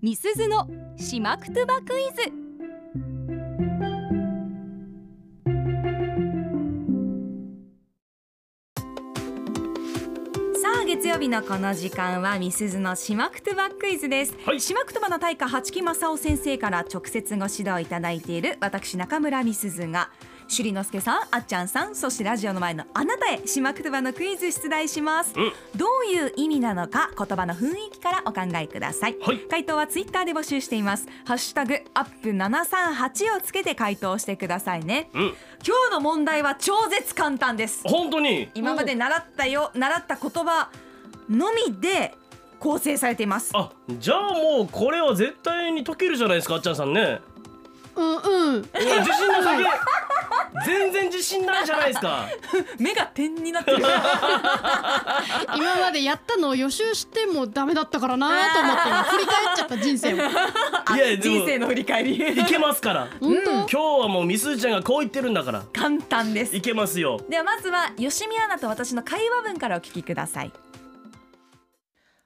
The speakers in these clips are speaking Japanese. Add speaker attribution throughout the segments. Speaker 1: みすずのしまくとばクイズさあ月曜日のこの時間はみすずのしまくとばクイズです、
Speaker 2: はい
Speaker 1: しまくとばの大家八木正夫先生から直接ご指導いただいている私中村みすずが朱里之助さんあっちゃんさんそしてラジオの前のあなたへしまくとばのクイズ出題します、
Speaker 2: うん
Speaker 1: どういう意味なのか言葉の雰囲気からお考えください
Speaker 2: はい
Speaker 1: 回答はツイッターで募集していますハッシュタグアップ738をつけて回答してくださいね
Speaker 2: うん
Speaker 1: 今日の問題は超絶簡単です
Speaker 2: 本当に
Speaker 1: 今まで習ったよ習った言葉のみで構成されています
Speaker 2: あじゃあもうこれは絶対に解けるじゃないですかあっちゃんさんね
Speaker 3: うんうん
Speaker 2: うん自信の先全然自信ないじゃないで すか
Speaker 1: 目が点にな ってる
Speaker 3: 今までやったのを予習してもダメだったからなと思って振り返っちゃった人生を
Speaker 2: いやでも
Speaker 1: 人生の振り返り
Speaker 2: いけますから
Speaker 3: 本当、
Speaker 2: 今日はもうみすずちゃんがこう言ってるんだから
Speaker 1: 簡単です
Speaker 2: いけますよ
Speaker 1: ではまずは吉見アナと私の会話文からお聞きください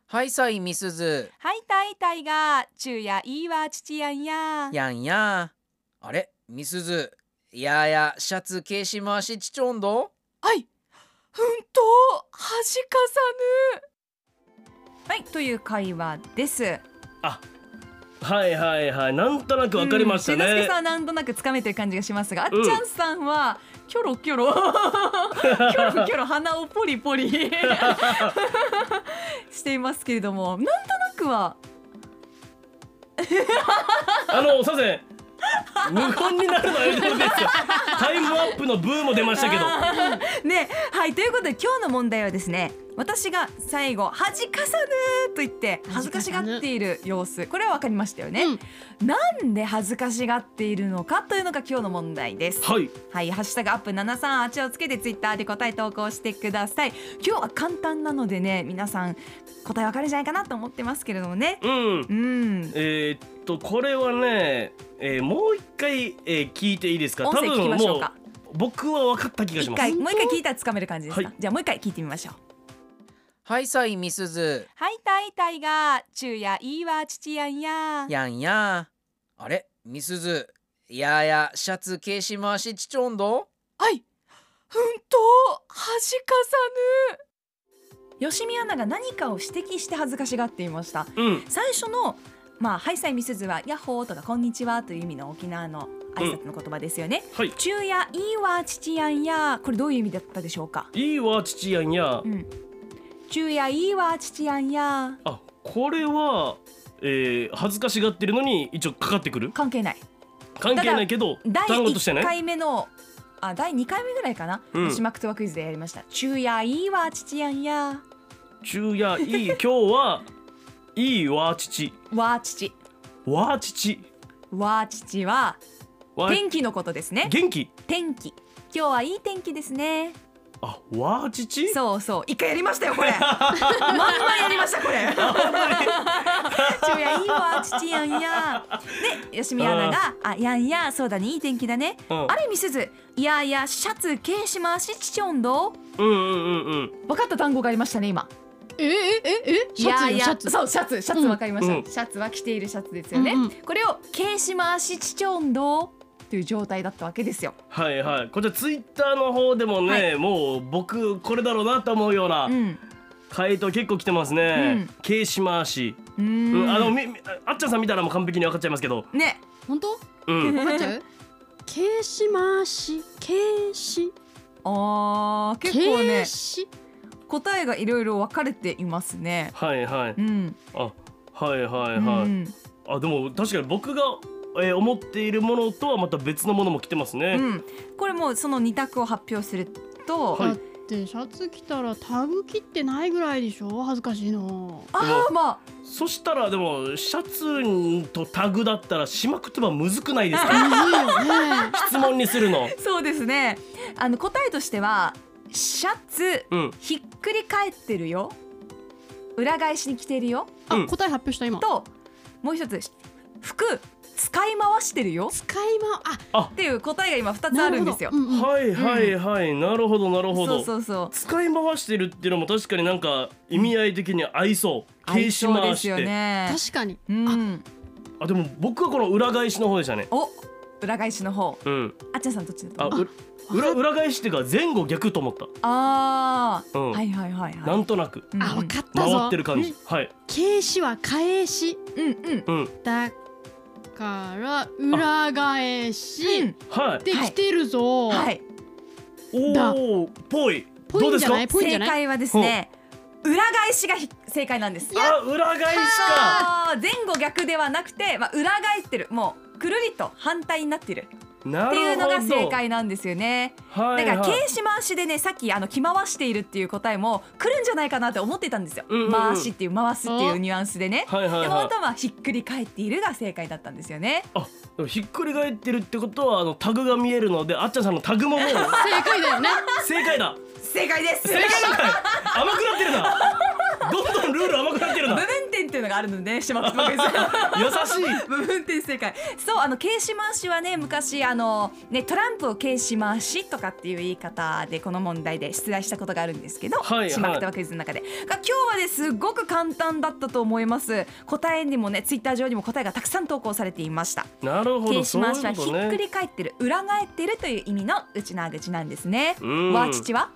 Speaker 4: はいさいみすず
Speaker 1: はいたいたいが昼夜いいわ父やんや
Speaker 4: やんやあれみすずやーやシャツ消し回しちちょんど
Speaker 1: はい。奮闘恥かさぬ。はいという会話です。
Speaker 2: あはいはいはいなんとなくわかりました
Speaker 1: うんしのすけ
Speaker 2: ね
Speaker 1: さんはなんとなくつかめてる感じがしますが、あっ
Speaker 2: うん
Speaker 1: ちゃんさんはキョロキョ ロキョロキョロ鼻をポリポリしていますけれども、なんとなくは
Speaker 2: あのすいません無言になるのはやめてもらっていいですよタイムアップのブーも出ましたけど
Speaker 1: ねはいということで今日の問題はですね。私が最後恥かさぬと言って恥ずかしがっている様子これは分かりましたよね、
Speaker 3: うん
Speaker 1: なんで恥ずかしがっているのかというのが今日の問題です。
Speaker 2: はい
Speaker 1: はい、ハッシュタグアップ738をつけてツイッターで答え投稿してください。今日は簡単なのでね、皆さん答えわかるんじゃないかなと思ってますけれどもね。
Speaker 2: うん
Speaker 1: うん、
Speaker 2: えーっとこれはね、えーもう一回、えー聞いていいですか
Speaker 1: 音声聞きましょうか。
Speaker 2: う僕は分かった気がし
Speaker 1: 一
Speaker 2: ます
Speaker 1: 回、もう一回聞いたらつかめる感じですか。
Speaker 2: はい
Speaker 1: じゃあもう一回聞いてみましょう。
Speaker 4: はいさいみすず
Speaker 1: はい、たいたいが、昼夜いいわ、父やんや。
Speaker 4: やんやあれみすずやーやシャツ消し回しちちょんど
Speaker 1: はい。奮闘恥かさぬ。吉見アナが何かを指摘して恥ずかしがっていました。
Speaker 2: うん
Speaker 1: 最初の「まあ、ハイサイミスズ」は「ヤッホー」とか「こんにちは」という意味の沖縄の挨拶の言葉ですよね。
Speaker 2: はい
Speaker 1: 昼夜いいわ父やんやこれどういう意味だったでしょうか。
Speaker 2: いいわ父やんや、
Speaker 1: うん。昼夜いいわ父やんや
Speaker 2: あこれは、えー恥ずかしがってるのに一応かかってくる
Speaker 1: 関係ない。
Speaker 2: 関係ないけど
Speaker 1: 第
Speaker 2: 単語として
Speaker 1: 1
Speaker 2: ね
Speaker 1: 回目のあ第2回目ぐらいかな、
Speaker 2: うん
Speaker 1: シマクトワクイズでやりました「昼夜いいわ父やんや
Speaker 2: 昼夜い い今日はいいわ父」
Speaker 1: わ父
Speaker 2: わ父
Speaker 1: わ父は
Speaker 2: わ
Speaker 1: 天気のことですね
Speaker 2: 元気
Speaker 1: 天気今日はいい天気ですね
Speaker 2: あわ父
Speaker 1: そうそう一回やりましたよこ れまんまやりましたこ れ父やいいわ父やんやで吉見アナがあやんやそうだねいい天気だね、
Speaker 2: うん
Speaker 1: ある意味すずいやいやシャツ消しましちちょんど
Speaker 2: うんうんうんうん
Speaker 1: 分かった単語がありましたね今
Speaker 3: えええええシャツ
Speaker 1: い
Speaker 3: よ
Speaker 1: やいや
Speaker 3: シャツ
Speaker 1: そうシャツシャツわかりました、
Speaker 2: うん
Speaker 1: シャツは着ているシャツですよね、
Speaker 3: うんうん
Speaker 1: これを消しましちちょんどという状態だったわけですよ
Speaker 2: はいはいこちらツイッターの方でもね、
Speaker 1: は
Speaker 2: もう僕これだろうなと思うような
Speaker 1: うん
Speaker 2: 回答結構来てますね、軽視回し、
Speaker 1: う
Speaker 2: うん
Speaker 1: ん
Speaker 2: あのみみあっちゃんさん見たらもう完璧に分かっちゃいますけど、
Speaker 1: ね
Speaker 3: 本当
Speaker 2: うん、
Speaker 3: 分かっちゃう消し回し消し
Speaker 1: あー結構ね
Speaker 3: 消し
Speaker 1: 答えがいろいろ分かれていますね。、
Speaker 2: はいはいう
Speaker 1: ん、
Speaker 2: あはいはいはい、
Speaker 1: うん
Speaker 2: あでも確かに僕が、えー思っているものとはまた別のものも来てますね、
Speaker 1: うん、これもうその二択を発表すると、
Speaker 2: はい
Speaker 3: だってシャツ着たらタグ切ってないぐらいでしょ恥ずかしいの
Speaker 1: ああまあ
Speaker 2: そしたらでもシャツとタグだったらしまくってばむずくないです
Speaker 3: む
Speaker 2: か
Speaker 3: ずいよね
Speaker 2: 質問にする の
Speaker 1: そうですね。あの答えとしてはシャツ
Speaker 2: うん
Speaker 1: ひっくり返ってるよ、裏返しに着てるよ
Speaker 3: あ、
Speaker 2: うん
Speaker 3: 答え発表した今
Speaker 1: ともう一つ服使い回してるよ
Speaker 3: 使いまあ
Speaker 1: っていう答えが今二つ
Speaker 3: な
Speaker 1: あ
Speaker 3: る
Speaker 1: る
Speaker 3: ほ
Speaker 1: ん
Speaker 3: ど
Speaker 1: ですよ。
Speaker 3: うんうん
Speaker 2: はいはいはい、なるほどなるほど
Speaker 1: そうそうそう。
Speaker 2: 使い回してるっていうのも確かになんか意味合い的に合いそう
Speaker 1: 相性ですよね。
Speaker 3: 確かに
Speaker 1: うん。
Speaker 2: あでも僕はこの裏返しの方でしたね
Speaker 1: お、裏返しの方。
Speaker 2: うん
Speaker 1: あっちゃんさんどっちだ
Speaker 2: あ
Speaker 1: と思う。
Speaker 2: う裏裏返しっていうか前後逆と思った
Speaker 1: ああ、
Speaker 2: うん
Speaker 1: はいはいはいはい。
Speaker 2: なんとなく
Speaker 1: うん
Speaker 3: あ分かったぞ
Speaker 2: 回ってる感じ
Speaker 3: ん
Speaker 2: はい
Speaker 3: 形詞は返し
Speaker 1: うんうん。
Speaker 2: うん
Speaker 3: だから裏返し、
Speaker 1: うん
Speaker 2: はい
Speaker 3: できてるぞ、
Speaker 1: はい。
Speaker 3: だ
Speaker 2: おおぽい
Speaker 3: ぽ
Speaker 2: ど
Speaker 3: い
Speaker 2: うんで
Speaker 3: じ
Speaker 2: す
Speaker 3: ゃ
Speaker 2: か
Speaker 3: ないぽいんじ
Speaker 1: 正
Speaker 3: ゃない
Speaker 1: 解はですね、裏返しがひ正解なんです。
Speaker 2: あ裏返しか
Speaker 1: あー前後逆ではなくて、まあ裏返ってる、もうくるりと反対になってるっ
Speaker 2: な
Speaker 1: て
Speaker 2: る
Speaker 1: いうのが
Speaker 2: ほど
Speaker 1: 正解なんですよね。
Speaker 2: は
Speaker 1: だ
Speaker 2: い
Speaker 1: から
Speaker 2: はい
Speaker 1: 軽視回しでねさっきあの着回しているっていう答えも来るんじゃないかなって思ってたんですよ、
Speaker 2: うんうんうん
Speaker 1: 回しっていう回すっていうニュアンスでね、
Speaker 2: はいはい
Speaker 1: でも
Speaker 2: はい
Speaker 1: 本当はひっくり返っているが正解だったんですよね
Speaker 2: あでもひっくり返ってるってことはあのタグが見えるのであっちゃんさんのタグ ももう
Speaker 3: 正解だよね
Speaker 2: 正解だ
Speaker 1: 正解です
Speaker 2: 正解だかい甘くなってるなどんどんルール甘くなってる
Speaker 1: 部
Speaker 2: な優
Speaker 1: 分点っていうのがあるのでね島津君
Speaker 2: しい
Speaker 1: 部分点正解そうあの軽視回しはね昔あのねトランプを軽視回しとかっていう言い方でこの問題で出題したことがあるんですけど、
Speaker 2: はいはい
Speaker 1: 島北はクイズの中でが今日はねすごく簡単だったと思います答えにもねツイッター上にも答えがたくさん投稿されていました
Speaker 2: なるほ
Speaker 1: 軽
Speaker 2: ど
Speaker 1: 視
Speaker 2: そうい
Speaker 1: 回しは
Speaker 2: うこ
Speaker 1: ひ
Speaker 2: と
Speaker 1: っく
Speaker 2: ね
Speaker 1: り返ってる裏返ってるという意味のうちなぐちなんですね
Speaker 2: うん
Speaker 1: わあ父は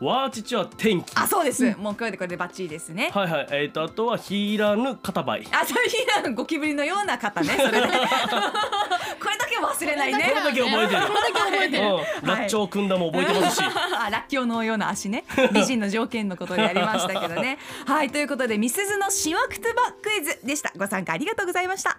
Speaker 2: わーちちは天気
Speaker 1: あ
Speaker 2: は
Speaker 1: そうです、もうこれでこれでバッチリですね、
Speaker 2: いはいえっ、ー、とあとはひらぬ片ばい
Speaker 1: あそういうのゴキブリのような方ね それねこれだけ忘れないね
Speaker 2: これだけ覚えてる
Speaker 3: これだけ覚えてる
Speaker 2: うん、ラッチョウ組んだも覚えてます し、
Speaker 1: あラッキョウのような足ね美人の条件のことをやりましたけどねはいということでみすずのしわくつばクイズでしたご参加ありがとうございました